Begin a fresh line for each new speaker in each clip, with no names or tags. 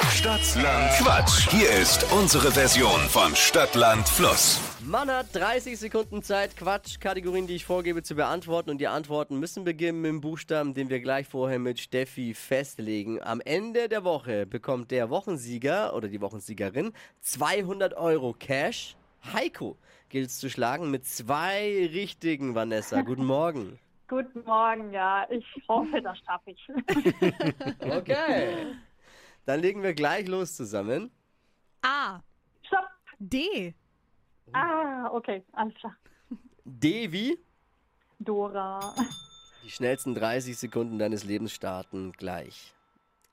Stadtland Quatsch. Hier ist unsere Version von Stadtland Fluss.
Man hat 30 Sekunden Zeit, Quatschkategorien, die ich vorgebe, zu beantworten. Und die Antworten müssen beginnen mit dem Buchstaben, den wir gleich vorher mit Steffi festlegen. Am Ende der Woche bekommt der Wochensieger oder die Wochensiegerin 200 Euro Cash. Heiko gilt es zu schlagen mit zwei richtigen, Vanessa. Guten Morgen.
Guten Morgen, ja. Ich hoffe, das schaffe ich.
Okay. Dann legen wir gleich los zusammen.
A.
Stopp.
D.
Ah, okay, alles klar.
Devi,
Dora.
die schnellsten 30 Sekunden deines Lebens starten gleich.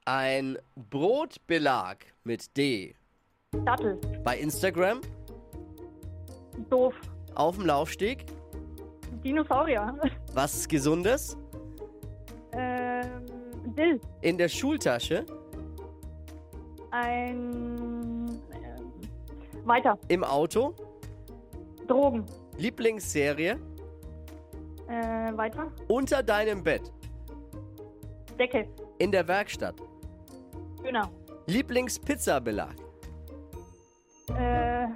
Ein Brotbelag mit D.
Dattel.
Bei Instagram,
Doof.
auf dem Laufsteg,
Dinosaurier.
was Gesundes,
Ähm, Dill.
in der Schultasche,
Ein. Ähm, weiter.
im Auto,
Drogen.
Lieblingsserie,
Äh, weiter.
unter deinem Bett,
Decke.
in der Werkstatt,
Döner.
Lieblingspizzabelag,
Äh.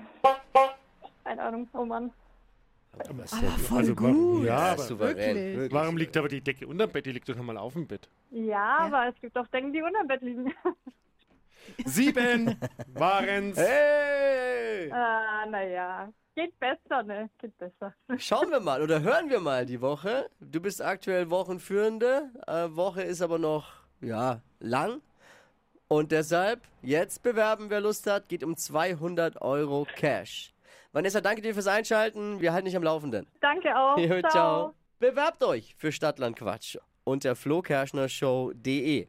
Keine Ahnung, oh Mann.
Voll
also,
gut.
Warum, ja,
Ja,
aber
souverän.
wirklich.
warum liegt aber die Decke unterm Bett? Die liegt doch nochmal auf dem Bett.
Ja, aber es gibt auch Dinge, die unter dem Bett liegen.
Sieben waren's.
Hey!
ah, naja. Geht besser, ne? Geht besser.
Schauen wir mal oder hören wir mal die Woche. Du bist aktuell Wochenführende. Äh, Woche ist aber noch, ja, lang. Und deshalb, jetzt bewerben, wer Lust hat, geht um 200 Euro Cash. Vanessa, danke dir fürs Einschalten. Wir halten dich am Laufenden.
Danke auch.
Jo,
Ciao.
Bewerbt euch für Stadtlandquatsch unter flokerschnershow.de.